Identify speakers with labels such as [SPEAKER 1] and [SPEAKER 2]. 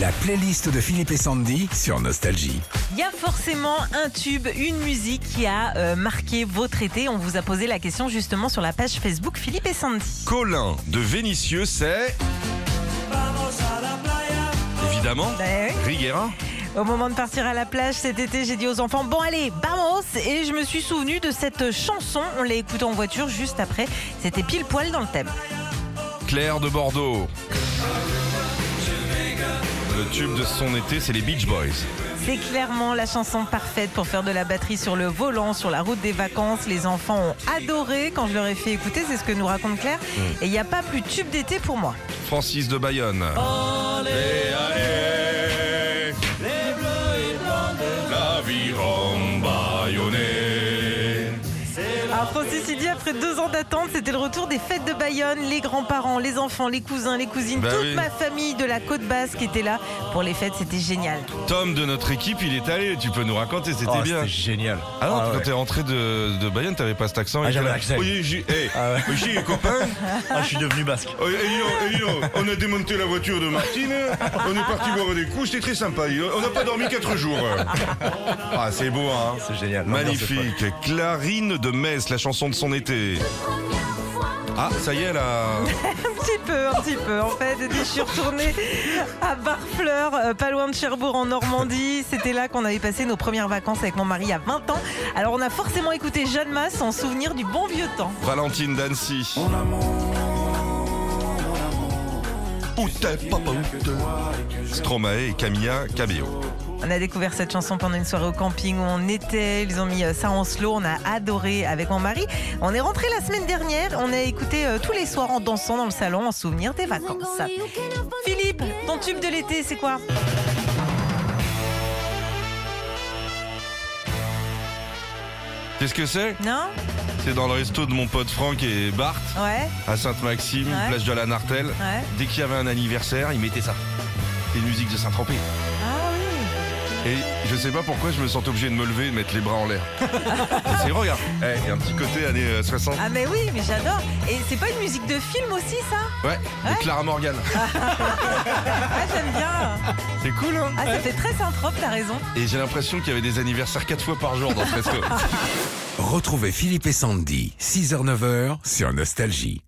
[SPEAKER 1] la playlist de Philippe et Sandy sur Nostalgie.
[SPEAKER 2] Il y a forcément un tube, une musique qui a euh, marqué votre été. On vous a posé la question justement sur la page Facebook Philippe et Sandy.
[SPEAKER 3] Colin de Vénitieux, c'est. Évidemment.
[SPEAKER 2] Ben oui.
[SPEAKER 3] Riguera.
[SPEAKER 2] Au moment de partir à la plage cet été, j'ai dit aux enfants Bon, allez, vamos Et je me suis souvenu de cette chanson. On l'a écoutée en voiture juste après. C'était pile poil dans le thème.
[SPEAKER 3] Claire de Bordeaux. Le tube de son été, c'est les Beach Boys.
[SPEAKER 2] C'est clairement la chanson parfaite pour faire de la batterie sur le volant, sur la route des vacances. Les enfants ont adoré quand je leur ai fait écouter, c'est ce que nous raconte Claire.
[SPEAKER 3] Mm.
[SPEAKER 2] Et il n'y a pas plus tube d'été pour moi.
[SPEAKER 3] Francis de Bayonne.
[SPEAKER 2] Alors Francis, il dit après deux ans d'attente, c'était le retour des fêtes de Bayonne. Les grands-parents, les enfants, les cousins, les cousines,
[SPEAKER 3] Bah
[SPEAKER 2] toute
[SPEAKER 3] oui.
[SPEAKER 2] ma famille de la côte basque était là pour les fêtes. C'était génial.
[SPEAKER 3] Tom de notre équipe, il est allé, tu peux nous raconter, c'était
[SPEAKER 4] Oh,
[SPEAKER 3] bien.
[SPEAKER 4] C'était génial.
[SPEAKER 3] Ah non, quand
[SPEAKER 4] ouais.
[SPEAKER 3] t'es rentré de, de Bayonne, t'avais pas cet accent.
[SPEAKER 4] Ah,
[SPEAKER 3] il
[SPEAKER 4] j'avais
[SPEAKER 3] était
[SPEAKER 4] l'accent.
[SPEAKER 3] là. Oui, j'ai hey,
[SPEAKER 4] Ah ouais.
[SPEAKER 3] oui, j'ai les copains.
[SPEAKER 4] Ah, je suis devenu basque.
[SPEAKER 3] Oh, hey, yo, hey, yo, on a démonté la voiture de Martine. On est parti boire des coups. C'était très sympa. On n'a pas dormi 4 jours. Ah, c'est beau, hein.
[SPEAKER 4] C'est génial.
[SPEAKER 3] Magnifique. Clarine de Metz, la chanson de son été. Ah, ça y est, là.
[SPEAKER 2] Un petit peu, un petit peu. En fait, Et puis, je suis retournée à Barfleur, euh, pas loin de Cherbourg, en Normandie. C'était là qu'on avait passé nos premières vacances avec mon mari à 20 ans. Alors, on a forcément écouté Jeanne Masse en souvenir du bon vieux temps.
[SPEAKER 3] Valentine d'Annecy. Où t'es, papa, où t'es Stromae et Camilla Cabello.
[SPEAKER 2] On a découvert cette chanson pendant une soirée au camping où on était. Ils ont mis euh, ça en slow. On a adoré avec mon mari. On est rentré la semaine dernière. On a écouté euh, tous les soirs en dansant dans le salon en souvenir des vacances. Philippe, ton tube de l'été, c'est quoi
[SPEAKER 3] Qu'est-ce que c'est
[SPEAKER 2] Non
[SPEAKER 3] C'est dans le resto de mon pote Franck et Bart,
[SPEAKER 2] Ouais
[SPEAKER 3] à Sainte-Maxime,
[SPEAKER 2] Ouais.
[SPEAKER 3] place de la Nartelle.
[SPEAKER 2] Ouais
[SPEAKER 3] Dès qu'il y avait un anniversaire, il mettait ça. Les musiques de Saint-Tropez.
[SPEAKER 2] Ah oui
[SPEAKER 3] Et je sais pas pourquoi je me sens obligé de me lever et de mettre les bras en l'air. c'est vrai, regarde. Eh, il y a un petit côté années euh, 60.
[SPEAKER 2] Ah mais oui, mais j'adore. Et c'est pas une musique de film aussi, ça
[SPEAKER 3] Ouais, de Clara Morgan.
[SPEAKER 2] Ah, j'aime bien.
[SPEAKER 3] C'est cool, hein
[SPEAKER 2] Ah, ça fait très synthrope, t'as raison.
[SPEAKER 3] Et j'ai l'impression qu'il y avait des anniversaires 4 fois par jour dans ce resto.
[SPEAKER 1] Retrouvez Philippe et Sandy, 6h-9h sur Nostalgie.